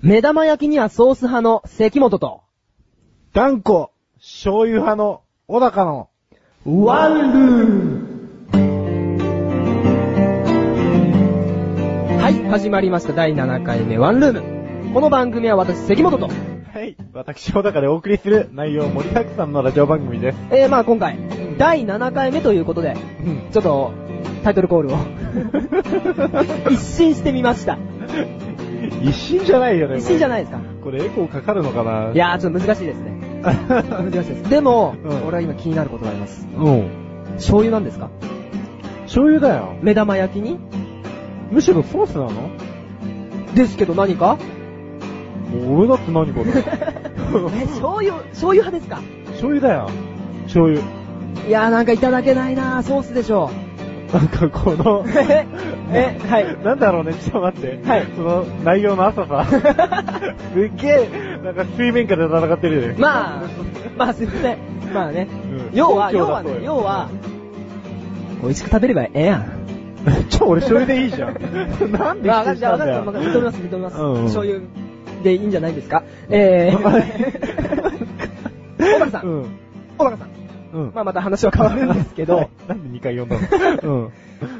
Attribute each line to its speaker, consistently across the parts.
Speaker 1: 目玉焼きにはソース派の関本と、
Speaker 2: 断固、醤油派の、小高の、
Speaker 1: ワンルームはい、始まりました。第7回目、ワンルーム。この番組は私、関本と、
Speaker 2: はい、私小高でお送りする内容盛りだくさんのラジオ番組です。
Speaker 1: えー、まあ今回、第7回目ということで、
Speaker 2: うん。
Speaker 1: ちょっと、タイトルコール を、一新してみました。
Speaker 2: 一心じゃないよね、
Speaker 1: 一新じゃ
Speaker 2: ない。
Speaker 1: ないですか、
Speaker 2: これエコーかかるのかない
Speaker 1: やー、ちょっと難しいですね。難 しいです。でも、俺は今気になることがあります。
Speaker 2: うん。
Speaker 1: 醤油なんですか
Speaker 2: 醤油だよ。
Speaker 1: 目玉焼きに
Speaker 2: むしろソースなの
Speaker 1: ですけど何か
Speaker 2: 俺だって何これ。
Speaker 1: え、醤油、醤油派ですか
Speaker 2: 醤油だよ。醤油。
Speaker 1: いやーなんかいただけないなー、ソースでしょう。、
Speaker 2: なんかこの
Speaker 1: え、 え、はい。
Speaker 2: なんだろうね、ちょっと待って。
Speaker 1: はい
Speaker 2: その内容の 浅さ。すっげえ、なんか水面下で戦ってるよね。
Speaker 1: まあ、まあすいません。まあね。
Speaker 2: うん
Speaker 1: 要は、
Speaker 2: 根拠
Speaker 1: 要
Speaker 2: を
Speaker 1: は
Speaker 2: 出そう
Speaker 1: ね、
Speaker 2: よ
Speaker 1: 要は、美味しく食べればええやん。
Speaker 2: ちょ、俺醤油でいいじゃん。なんで
Speaker 1: わか
Speaker 2: 否定
Speaker 1: っ、
Speaker 2: したた
Speaker 1: わ
Speaker 2: ん
Speaker 1: か
Speaker 2: だ
Speaker 1: った、
Speaker 2: よ。
Speaker 1: わかった。認めます、認めます。
Speaker 2: うんうん
Speaker 1: 醤油でいいんじゃないですかえ ー、 小原さん、
Speaker 2: うん。
Speaker 1: 小原さん。
Speaker 2: うん。
Speaker 1: まあまた話は変わるんですけど、
Speaker 2: なんで2回呼んだのう ん。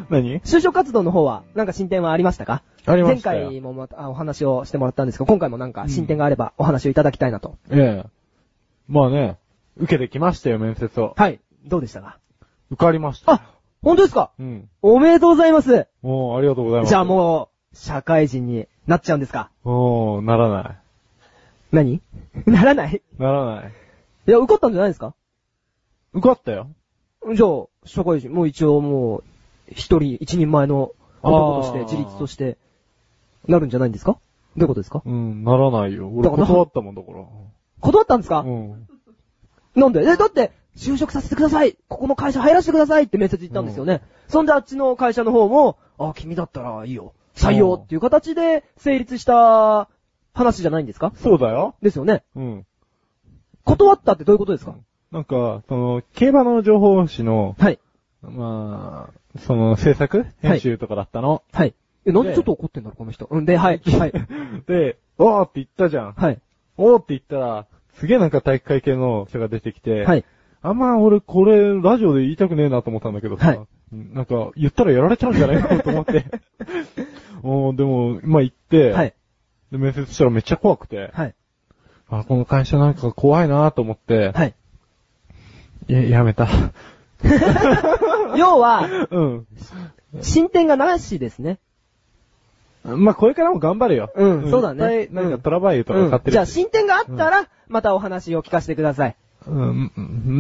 Speaker 2: 何
Speaker 1: 就職活動の方は、なんか進展はありましたか
Speaker 2: ありましたよ
Speaker 1: 前回もまたあお話をしてもらったんですが、今回もなんか進展があればお話をいただきたいなと。
Speaker 2: ええ。まあね、受けてきましたよ、面接を。
Speaker 1: はい。どうでしたか
Speaker 2: 受かりました。
Speaker 1: あ、本当ですか
Speaker 2: うん。
Speaker 1: おめでとうございます。
Speaker 2: おー、ありがとうございます。
Speaker 1: じゃあもう、社会人になっちゃうんですか
Speaker 2: う。おー、ならな
Speaker 1: 何 ならない
Speaker 2: い。ならない。
Speaker 1: いや、受かったんじゃないですか
Speaker 2: 受かったよ。
Speaker 1: じゃあ、社会人、もう一応もう、一人、一人前の男として、
Speaker 2: あー
Speaker 1: 自立として、なるんじゃないんですかどういうことですか
Speaker 2: うん、ならないよ。俺
Speaker 1: だから
Speaker 2: 断ったもんだから。
Speaker 1: 断ったんですか、
Speaker 2: うん。
Speaker 1: なんでえ、だって、就職させてくださいここの会社入らせてくださいって面接行ったんですよね。そんであっちの会社の方も、あ、君だったらいいよ。採用っていう形で成立した話じゃないんですか
Speaker 2: そうだよ。
Speaker 1: ですよね。
Speaker 2: うん。
Speaker 1: 断ったってどういうことですか、
Speaker 2: なんか、その、競馬の情報誌の、
Speaker 1: はい。
Speaker 2: まあ、その、制作編集とかだったの。
Speaker 1: はい。え、なんで
Speaker 2: で
Speaker 1: ちょっと怒ってんだろう、この人。うんで、はい。はい。
Speaker 2: で、おーって言ったじゃん。
Speaker 1: はい。
Speaker 2: おーって言ったら、すげえなんか体育会系の人が出てきて、
Speaker 1: はい。
Speaker 2: あんま俺これラジオで言いたくねえなと思ったんだけどさ、
Speaker 1: はい
Speaker 2: なんか言ったらやられちゃうんじゃないかと思 って。おーでも、まあ行って、
Speaker 1: はい。
Speaker 2: で面接したらめっちゃ怖くて、
Speaker 1: はい。
Speaker 2: あ、この会社なんか怖いなと思って、
Speaker 1: はい。
Speaker 2: いや、やめ た。
Speaker 1: 要は、
Speaker 2: うん。
Speaker 1: 進展がなしですね。
Speaker 2: まあこれからも頑張るよ。
Speaker 1: うんそうだね
Speaker 2: いっぱいなんかトラバイユとか買ってるし。
Speaker 1: じゃあ進展があったら、またお話を聞かせてください。
Speaker 2: うん、うん、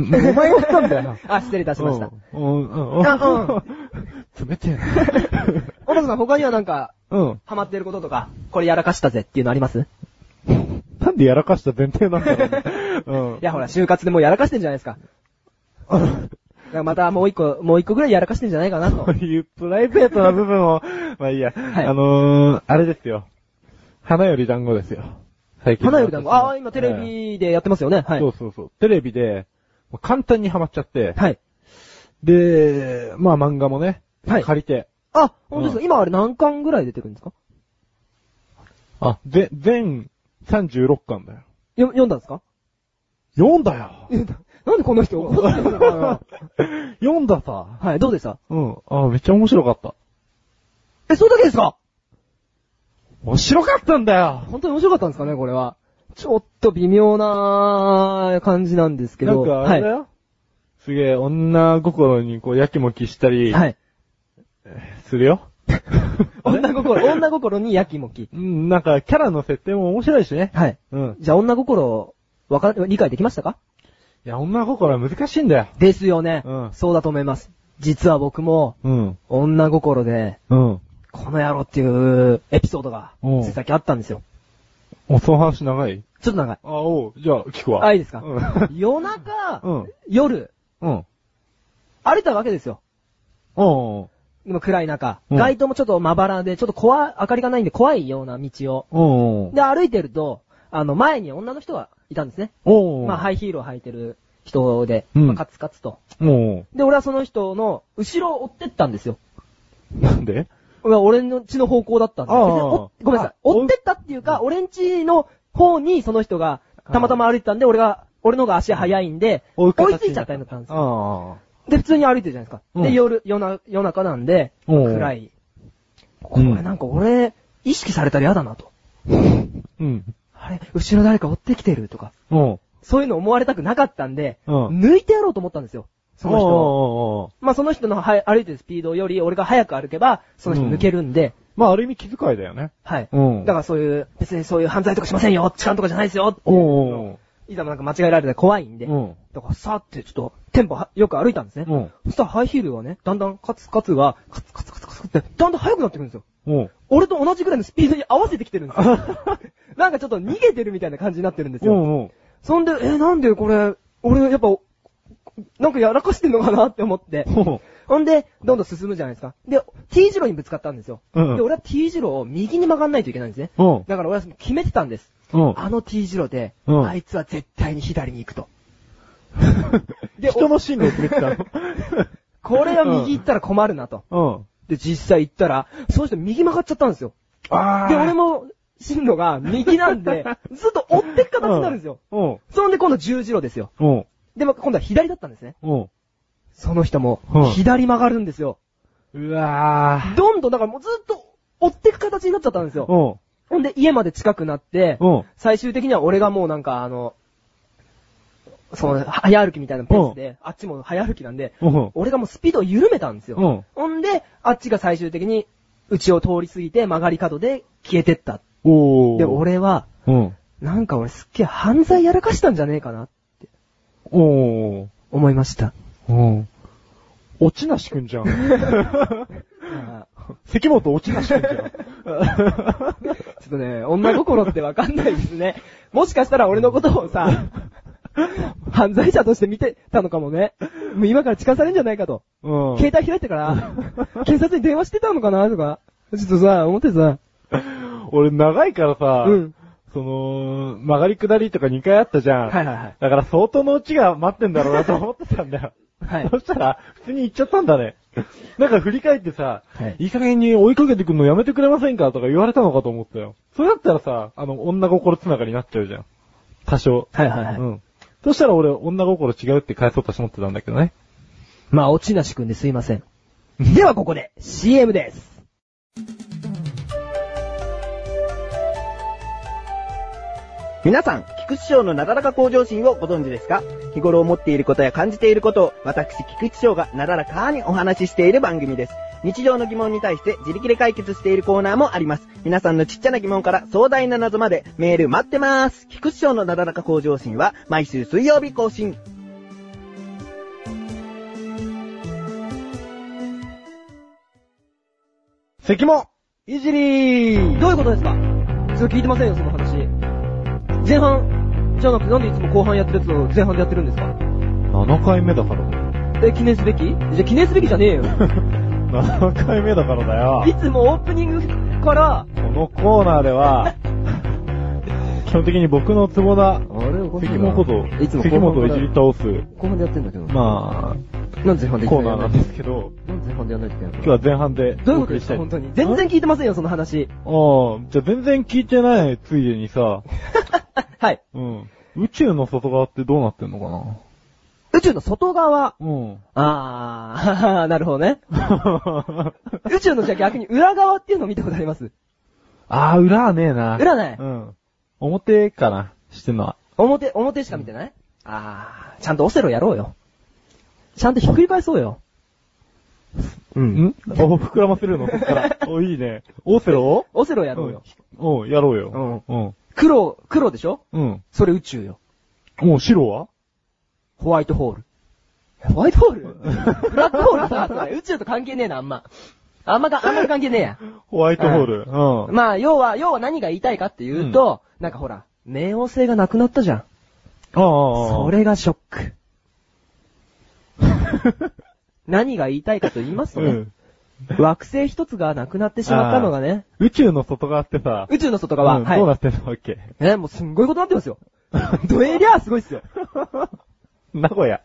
Speaker 2: うん、お前が言ったんだよな。
Speaker 1: あ、失礼いたしました。
Speaker 2: うん、うん、う
Speaker 1: あ
Speaker 2: ん。 冷てえな。
Speaker 1: 小野さん、他にはなんか、
Speaker 2: うん。
Speaker 1: ハマってることとか、これやらかしたぜっていうのありますい
Speaker 2: なんでやらかした前提なんだ ろうね。うん。
Speaker 1: や、ほら、就活でもうやらかしてんじゃないですか。だからまたもう一個、もう一個ぐらいやらかしてんじゃない かなと
Speaker 2: こう。いうプライベートな部分を、 まあいいや。
Speaker 1: はい
Speaker 2: あのー、あれですよ。花より団子ですよ。最近。
Speaker 1: 花より団子。ああ、今テレ
Speaker 2: え
Speaker 1: ビでやってますよね。は
Speaker 2: え
Speaker 1: い
Speaker 2: そ。うそうそう。テレビで、もう簡単にハマっちゃって。
Speaker 1: はい。
Speaker 2: で、まあ漫画もね、
Speaker 1: はい
Speaker 2: 借りて。
Speaker 1: あ、本当ですか、
Speaker 2: う
Speaker 1: 今あれ何巻ぐらい出てるんですか
Speaker 2: あ、ぜ、全36巻だよ。
Speaker 1: よ読んだんですか
Speaker 2: 読んだよ
Speaker 1: なんでこの人怒ってるのかな
Speaker 2: 読んださ。
Speaker 1: はい、どうでした
Speaker 2: うん。あ、めっちゃ面白かった。
Speaker 1: え、それだけですか
Speaker 2: 面白かったんだよ
Speaker 1: 本当に面白かったんですかね、これは。ちょっと微妙な感じなんですけ
Speaker 2: な
Speaker 1: ど。
Speaker 2: んかあれだよ、すげえ女心にこうやきもきしたり、
Speaker 1: はい。はい。
Speaker 2: する よ。
Speaker 1: 女心、女心にやきもき。
Speaker 2: うん、なんかキャラの設定も面白いしね。
Speaker 1: はい。
Speaker 2: うん。
Speaker 1: じゃあ女心、わか、理解できましたか
Speaker 2: いや、女心は難しいんだよ。
Speaker 1: ですよね、
Speaker 2: うん
Speaker 1: そうだと思います。実は僕も、
Speaker 2: うん。
Speaker 1: 女心で、
Speaker 2: うん。
Speaker 1: この野郎っていうエピソードが、
Speaker 2: おう
Speaker 1: ついさっきあったんですよ。
Speaker 2: お、その話長い
Speaker 1: ちょっと長い。
Speaker 2: あ、おう、じゃあ聞くわ。
Speaker 1: あ、いいですか、
Speaker 2: うん。
Speaker 1: 夜中、
Speaker 2: うん。
Speaker 1: 夜、
Speaker 2: うん。
Speaker 1: 歩いたわけですよ。
Speaker 2: お
Speaker 1: でも暗い中、
Speaker 2: うん
Speaker 1: 街灯もちょっとまばらで、ちょっと怖い、明かりがないんで怖いような道を。
Speaker 2: うん。お
Speaker 1: で、歩いてると、あの、前に女の人がいたんですね。
Speaker 2: お
Speaker 1: まあ、ハイヒールを履いてる人で、
Speaker 2: うん
Speaker 1: まあカツカツと。
Speaker 2: おう
Speaker 1: で、俺はその人の後ろを追ってったんですよ。
Speaker 2: なんで
Speaker 1: が俺のちの方向だったんで、
Speaker 2: ああ
Speaker 1: 別におごめんなさい
Speaker 2: あ。
Speaker 1: 追ってったっていうか、俺んちの方にその人が、たまたま歩いてたんで、俺が、俺の方が足早いんで、追
Speaker 2: 追
Speaker 1: い
Speaker 2: う形にな
Speaker 1: ついちゃったようになったんですよ。
Speaker 2: ああ。
Speaker 1: で、普通に歩いてるじゃないですか。
Speaker 2: う
Speaker 1: で、
Speaker 2: ん
Speaker 1: 夜、夜な、夜中なんで、
Speaker 2: うん
Speaker 1: 暗い。これ
Speaker 2: うん
Speaker 1: なんか俺、意識されたら嫌だなと。
Speaker 2: うん。
Speaker 1: あれ、後ろ誰か追ってきてるとか、
Speaker 2: うん。
Speaker 1: そういうの思われたくなかったんで、
Speaker 2: うん
Speaker 1: 抜いてやろうと思ったんですよ。その人を。
Speaker 2: 人
Speaker 1: まあその人のは歩いてるスピードより俺が早く歩けば、その人抜けるんで、
Speaker 2: まあ、ある意味気遣いだよね。
Speaker 1: はい。
Speaker 2: うん
Speaker 1: だからそういう、別にそういう犯罪とかしませんよ、痴漢とかじゃないですよ、っていうのをいざもなんか間違えられたら怖いんで、
Speaker 2: うん
Speaker 1: だからさーってちょっと、テンポはよく歩いたんですね。
Speaker 2: うん
Speaker 1: そしたらハイヒールがね、だんだんカツカツが、カツカツカツカツって、だんだん速くなってくるんですよ。
Speaker 2: うん。
Speaker 1: 俺と同じぐらいのスピードに合わせてきてるんですよ。なんかちょっと逃げてるみたいな感じになってるんです
Speaker 2: う
Speaker 1: よ。
Speaker 2: んうん。
Speaker 1: そんで、え、なんでこれ、俺やっぱ、なんかやらかしてんのかなって思って。
Speaker 2: ほ
Speaker 1: ほんで、どんどん進むじゃないですか。で、T 字路にぶつかったんですよ。
Speaker 2: うん
Speaker 1: で、俺は T 字路を右に曲がんないといけないんですね。
Speaker 2: う。うん。
Speaker 1: だから俺は決めてたんです。
Speaker 2: うん。
Speaker 1: あの T 字路で、
Speaker 2: うん
Speaker 1: あいつは絶対に左に行くと。で
Speaker 2: 人の進路を決めてたの。
Speaker 1: これは右行ったら困るなと。
Speaker 2: うん。
Speaker 1: で、実際行ったら、その人右曲がっちゃったんですよ。
Speaker 2: あ
Speaker 1: で、俺、も、進路が右な んで、ずっと追ってく形になるんですよ。。
Speaker 2: うん。
Speaker 1: そんで今度十字路ですよ。
Speaker 2: うん。
Speaker 1: で、ま今度は左だったんですね。
Speaker 2: うん。
Speaker 1: その人も
Speaker 2: うん、
Speaker 1: 左曲がるんですよ。
Speaker 2: うわぁ。
Speaker 1: どんどん、だからもうずっと追っていく形になっちゃったんですよ。
Speaker 2: うん。
Speaker 1: ほんで、家まで近くなって、
Speaker 2: うん。
Speaker 1: 最終的には俺がもうなんか、あの、その、早歩きみたいなペースで、あっちも早歩きなんで、
Speaker 2: うん。
Speaker 1: 俺がもうスピードを緩めたんですよ。
Speaker 2: うん
Speaker 1: ほんで、あっちが最終的に、うちを通り過ぎて曲がり角で消えてった。
Speaker 2: おー。
Speaker 1: で、。俺は、
Speaker 2: うん。
Speaker 1: なんか俺すっげえ犯罪やらかしたんじゃねえかな、
Speaker 2: おー。
Speaker 1: 思いました。
Speaker 2: うん。落ちなしくんじゃん。
Speaker 1: あー
Speaker 2: 関本落ちなしくんじゃん。
Speaker 1: ちょっとね、女心ってわかんないですね。もしかしたら俺のことをさ、犯罪者として見てたのかもね。もう今から近されんじゃないかと。
Speaker 2: うん。
Speaker 1: 携帯開いてから、警察に電話してたのかなとか。ちょっとさ、思ってさ。
Speaker 2: 俺長いからさ、
Speaker 1: うん
Speaker 2: その、曲がり下りとか2回あったじゃん。
Speaker 1: はいはいはい。
Speaker 2: だから相当のうちが待ってんだろうなと思ってたんだよ。
Speaker 1: はい
Speaker 2: そしたら、普通に行っちゃったんだね。 なんか振り返ってさ、
Speaker 1: はい
Speaker 2: い、い加減に追いかけてくんのやめてくれませんかとか言われたのかと思ったよ。それだったらさ、あの、女心つながりになっちゃうじゃん。多少。
Speaker 1: はいはいはい
Speaker 2: うん。そしたら俺、女心違うって返そうと思ってたんだけどね。
Speaker 1: まあ、落ちなしくんですいません。ではここで CM です。
Speaker 3: 皆さん、菊池賞のなだらか向上心をご存知ですか日頃思っていることや感じていることを、私、菊池賞がなだらかにお話ししている番組です。日常の疑問に対して自力で解決しているコーナーもあります。皆さんのちっちゃな疑問から壮大な謎までメール待ってます。菊池賞のなだらか向上心は毎週水曜日更新。
Speaker 2: 関も、いじりー
Speaker 1: どういうことですかそれ聞いてませんよ、その話。前半、じゃなくてなんでいつも後半やってるやつを前半でやってるんですか
Speaker 2: ?7 回目だから。
Speaker 1: え、記念すべきじゃあ記念すべきじゃねえよ。
Speaker 2: 7回目だからだよ
Speaker 1: い。つもオープニングから、
Speaker 2: このコーナーで は、基本的に僕のツボだ、
Speaker 1: あれお
Speaker 2: 関本こと、
Speaker 1: いつも
Speaker 2: 関本をいじり倒す、
Speaker 1: 後半でやってんだけど。
Speaker 2: まあ、
Speaker 1: なんで前半で
Speaker 2: コーナーなん
Speaker 1: で
Speaker 2: ですけど、
Speaker 1: なんで前半でやんないといけないの
Speaker 2: 今日は前半で
Speaker 1: どうい
Speaker 2: お送
Speaker 1: うことで
Speaker 2: り
Speaker 1: す
Speaker 2: した
Speaker 1: か
Speaker 2: い。
Speaker 1: 本当に。全然聞いてませんよ、その話。
Speaker 2: ああ、じゃあ全然聞いてないついでにさ、
Speaker 1: はい。
Speaker 2: うん。宇宙の外側ってどうなってんのか
Speaker 1: 宇宙の外側。
Speaker 2: な うん。
Speaker 1: あー、なる ほどね。宇宙のじゃあ逆に裏側っていうのを見たことあります
Speaker 2: ああ、裏はねえな。。
Speaker 1: 裏ないう
Speaker 2: ん。表かな、してんのは。
Speaker 1: 表、表しか見てないあー、ちゃんとオセロやろうよ。ちゃんとひっくり返そうよ。
Speaker 2: うんお、膨らませるのそっから。 お、いいね。オセロ
Speaker 1: オセロやろ
Speaker 2: う
Speaker 1: うんよ。
Speaker 2: おうやろうよ。うん。
Speaker 1: 黒、黒でしょ
Speaker 2: うん。
Speaker 1: それ宇宙よ。
Speaker 2: もう白は
Speaker 1: ホワイトホール。ホワイトホール ブラックホールさ、それ宇宙と関係ねえな、あんま。あんまか、あんま関係ねえや。
Speaker 2: ホワイトホール。うん。
Speaker 1: まあ、要は、要は何が言いたいかっていうと、なんかほら、冥王星がなくなったじゃん。
Speaker 2: ああ。
Speaker 1: そ。れがショック。 何が言いたいかと言いますと
Speaker 2: う
Speaker 1: ね、
Speaker 2: ん。
Speaker 1: 惑星一つがなくなってしまったのがね、
Speaker 2: 宇宙の外側ってさ、
Speaker 1: 宇宙の外側、
Speaker 2: うん
Speaker 1: は。
Speaker 2: どうないってんのだっ け
Speaker 1: え、もうすんごいことになってますよ。 どえりゃあすごいっすよ。
Speaker 2: 名古屋。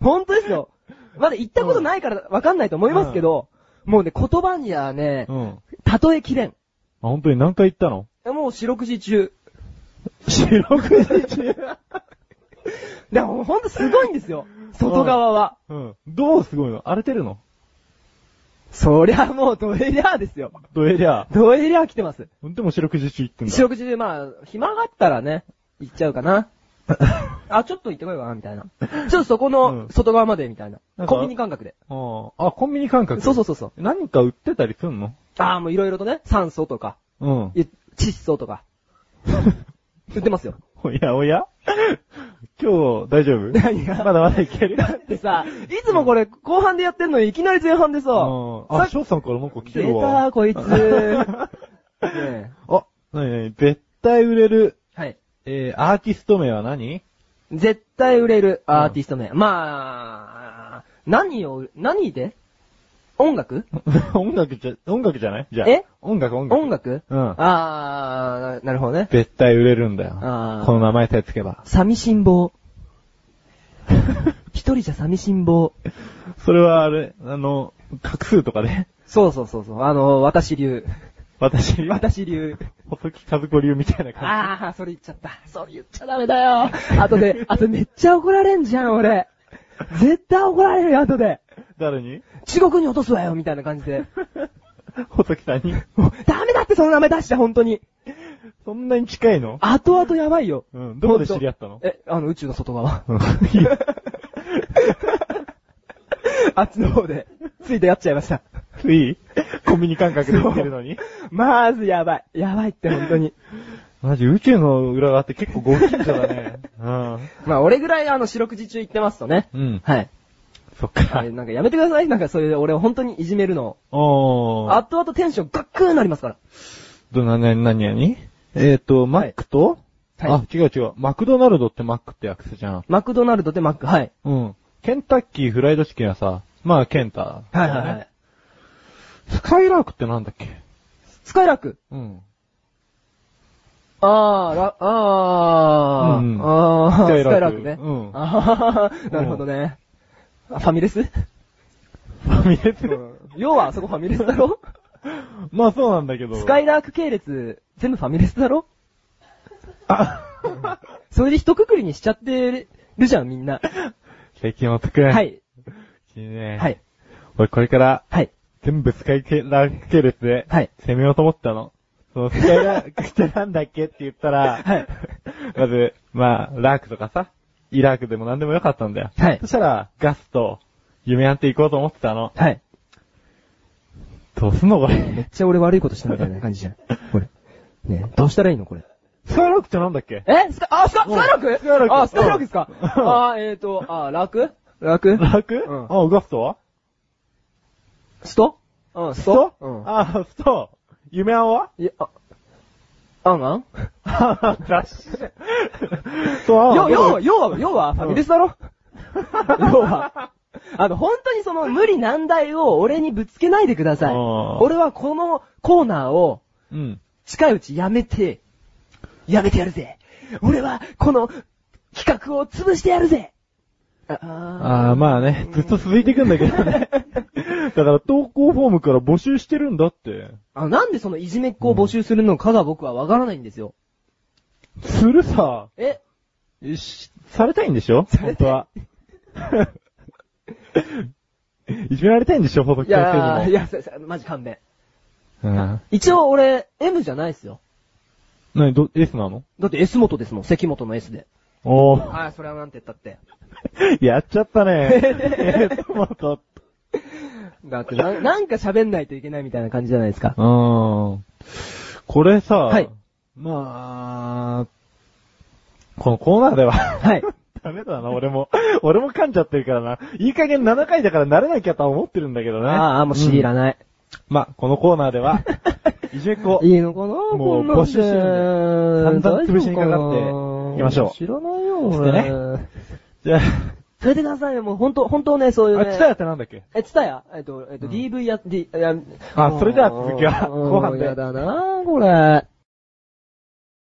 Speaker 1: 本当ですよ。まだ行ったことないからわかんないと思いますけど、もうね、言葉にはね
Speaker 2: う、ん。あ、
Speaker 1: 例えきれん。
Speaker 2: 本当に何回言ったの
Speaker 1: もう四六 時中。
Speaker 2: 四六時中。
Speaker 1: でもほんとすごいんですよ。外側は。
Speaker 2: うん。どうすごいの荒れてるの
Speaker 1: そりゃもうドエリャーですよ。
Speaker 2: ドエリア。
Speaker 1: ドエリャー来てます。
Speaker 2: でも四六時中行ってんだ。
Speaker 1: 四六時中、まあ、暇があったらね、行っちゃうかな。あ、ちょっと行ってこようかな、みたいな。ちょっとそこ
Speaker 2: う
Speaker 1: の
Speaker 2: ん
Speaker 1: 外側まで、みたいな。
Speaker 2: なんか
Speaker 1: コンビニ感覚で。
Speaker 2: ああ。あ、コンビニ感覚。
Speaker 1: そうそうそうそう。
Speaker 2: 何か売ってたりすんの
Speaker 1: ああ、もういろいろとね、酸素とか、
Speaker 2: うん。
Speaker 1: い窒素 とか、売ってますよ。
Speaker 2: おやおや今日、大丈 夫
Speaker 1: 何が
Speaker 2: まだまだいけ る
Speaker 1: でさ、いつもこれ後半でやってんのにいきなり前半でさ、
Speaker 2: うん
Speaker 1: さ
Speaker 2: あ、
Speaker 1: っき
Speaker 2: 翔さんからなんか来て
Speaker 1: 出
Speaker 2: るわ。
Speaker 1: た、こい つ。ねえ
Speaker 2: あ、なになに絶対売れる、
Speaker 1: はい。
Speaker 2: えー、アーティスト名は何
Speaker 1: 絶対売れるアーティスト名。まあ、何を、何で音楽
Speaker 2: 音楽じゃ、音楽じゃないじゃあ。
Speaker 1: え
Speaker 2: 音楽、音楽。
Speaker 1: 音楽
Speaker 2: うん。
Speaker 1: あー、なるほどね。
Speaker 2: 絶対売れるんだよ。
Speaker 1: あー
Speaker 2: この名前さえつけば。
Speaker 1: 寂しん坊。 一人じゃ寂しん坊。
Speaker 2: それはあれ、あの、画数とかね。
Speaker 1: そうそうそうそう。あの、私流。
Speaker 2: 私、
Speaker 1: 私流。
Speaker 2: 細木和子流みたいな感
Speaker 1: あー、それ言っちゃった。それ言っちゃダメだよ。後で、後めっちゃ怒られんじゃん、俺。絶対怒られるよ、後で。
Speaker 2: じ。誰に
Speaker 1: 地獄に落とすわよ、みたいな感じ で。
Speaker 2: 細木さんに。
Speaker 1: ダメだって、その名前出して、本当に。
Speaker 2: そんなに近いの
Speaker 1: 後々やばいよ。
Speaker 2: うん。どこで知り合ったの
Speaker 1: え、あの、宇宙の外側。
Speaker 2: うん
Speaker 1: あっちの方で、ついてやっちゃいました。
Speaker 2: いいコンビニ感覚で売ってるのに。
Speaker 1: まずやばい。やばいって、本当に。
Speaker 2: マジ、宇宙の裏側って結構ご近所だね。 うん。
Speaker 1: まあ、俺ぐらい、あの、四六時中行ってますとね。
Speaker 2: うん。
Speaker 1: はい。
Speaker 2: そっ
Speaker 1: あ
Speaker 2: か
Speaker 1: れ。なんかやめてください。なんかそれで俺本当にいじめるの。
Speaker 2: おー。
Speaker 1: 後々テンションガックーになりますから。
Speaker 2: ど、な、な、なになにえっ、ー、と、マックと、
Speaker 1: はい
Speaker 2: あ、違う違う。マクドナルドってマックって訳すじゃん。
Speaker 1: マクドナルドでマック、はい。
Speaker 2: うん。ケンタッキーフライドチキンはさ、まあ、ケンタ、
Speaker 1: い。
Speaker 2: スカイラークってなんだっけ
Speaker 1: スカイラック。
Speaker 2: うん。
Speaker 1: あー、ラ、あー、
Speaker 2: うん
Speaker 1: あー、
Speaker 2: ス
Speaker 1: ス
Speaker 2: カ
Speaker 1: カ
Speaker 2: イ
Speaker 1: イ
Speaker 2: ラー
Speaker 1: ラッ
Speaker 2: ク
Speaker 1: クね。
Speaker 2: うん
Speaker 1: あー、なるほどね。あファミレス
Speaker 2: ファミレス
Speaker 1: 要はあそこファミレスだろ
Speaker 2: まあ、そうなんだけど。
Speaker 1: スカイラーク系列、全部ファミレスだろ
Speaker 2: あ、
Speaker 1: それで一括りにしちゃってるじゃん、みんな。
Speaker 2: 最近おく
Speaker 1: は。い。
Speaker 2: いいね。
Speaker 1: は。い。
Speaker 2: 俺、これから、
Speaker 1: はい。
Speaker 2: 全部スカイラーク系列で、
Speaker 1: はい。
Speaker 2: 攻めようと思ったの。そ の、スカイラークってなんだっけって言ったら、
Speaker 1: はい。
Speaker 2: まず、まあ、ラークとかさ、イラークでも何でもよかったんだよ。
Speaker 1: はい
Speaker 2: そしたら、ガスと、夢やって行こうと思ってたの。
Speaker 1: はい。
Speaker 2: どうすんのこ
Speaker 1: めっ
Speaker 2: れ。
Speaker 1: ちゃ俺悪いことしたみたいな感じ じゃん。これ。ねえどうしたらいいのこれ。
Speaker 2: スカイラークってなんだっけ
Speaker 1: えスカ、あ、スカ、スカイラーク
Speaker 2: スカイラーク
Speaker 1: あ、スカイラークですか
Speaker 2: うん
Speaker 1: あー、えーと、あー、楽楽
Speaker 2: ラーク
Speaker 1: うん
Speaker 2: あ、ガストは
Speaker 1: ストうん、ス
Speaker 2: スト
Speaker 1: トうん。あ、
Speaker 2: あ、スト。夢やん はい
Speaker 1: や、あ、あんあ
Speaker 2: は
Speaker 1: ん
Speaker 2: ラッシュ。そう、
Speaker 1: 要要
Speaker 2: ど
Speaker 1: は、
Speaker 2: う
Speaker 1: 要は、要は、ファミレス だろ要は。あの、本当にその無理難題を俺にぶつけないでください。
Speaker 2: あー
Speaker 1: 俺はこのコーナーを
Speaker 2: うん。
Speaker 1: 近いうちやめて、やめてやるぜ。俺はこの企画を潰してやるぜ。あ
Speaker 2: あーまあね、ずっと続いていくんだけど ね。だから、投稿フォームから募集してるんだって。
Speaker 1: あなんでそのいじめっ子を募集するのかが僕はわからないんですよ。
Speaker 2: するさ、
Speaker 1: え
Speaker 2: し、されたいんでしょ本当は。 いじめられたいんでしょ細
Speaker 1: い
Speaker 2: 木先生
Speaker 1: や
Speaker 2: にも。
Speaker 1: いや、ささマジ勘弁。
Speaker 2: うん。
Speaker 1: 一応俺、M じゃないですよ。
Speaker 2: なに、ど、S なの
Speaker 1: だって S 元ですもん、関元の S で。
Speaker 2: おー。
Speaker 1: ああ、それはなんて言ったって。
Speaker 2: やっちゃったね。 え ーっと、また。う
Speaker 1: だってな、なんか喋んないといけないみたいな感じじゃないで すか。
Speaker 2: ーん。これさ、
Speaker 1: はい
Speaker 2: まあ、このコーナーでは、
Speaker 1: はい。
Speaker 2: ダメだな、俺も。俺も噛んじゃってるからな。いい加減7回だから慣れなきゃとは思ってるんだけどね。
Speaker 1: ああ、もう知ら
Speaker 2: ん。
Speaker 1: ない。
Speaker 2: まあ、このコーナーで は、いじめっ子、
Speaker 1: いいのかな
Speaker 2: もう
Speaker 1: こんなんで
Speaker 2: 募集してるんで散々潰しにかかって
Speaker 1: 大丈夫な
Speaker 2: 行きましょう
Speaker 1: 知らないよ、
Speaker 2: して
Speaker 1: 俺。
Speaker 2: じゃあ、
Speaker 1: それでくださいよ、もう本当、本当ね、そういう
Speaker 2: あ、
Speaker 1: ね。
Speaker 2: ちたやってなんだっけ
Speaker 1: え、ツタヤえっと、えっと、
Speaker 2: うん
Speaker 1: DV や、D、いや、
Speaker 2: あそれでは続きは
Speaker 1: うん
Speaker 2: 後半で
Speaker 1: やだなぁ、これ。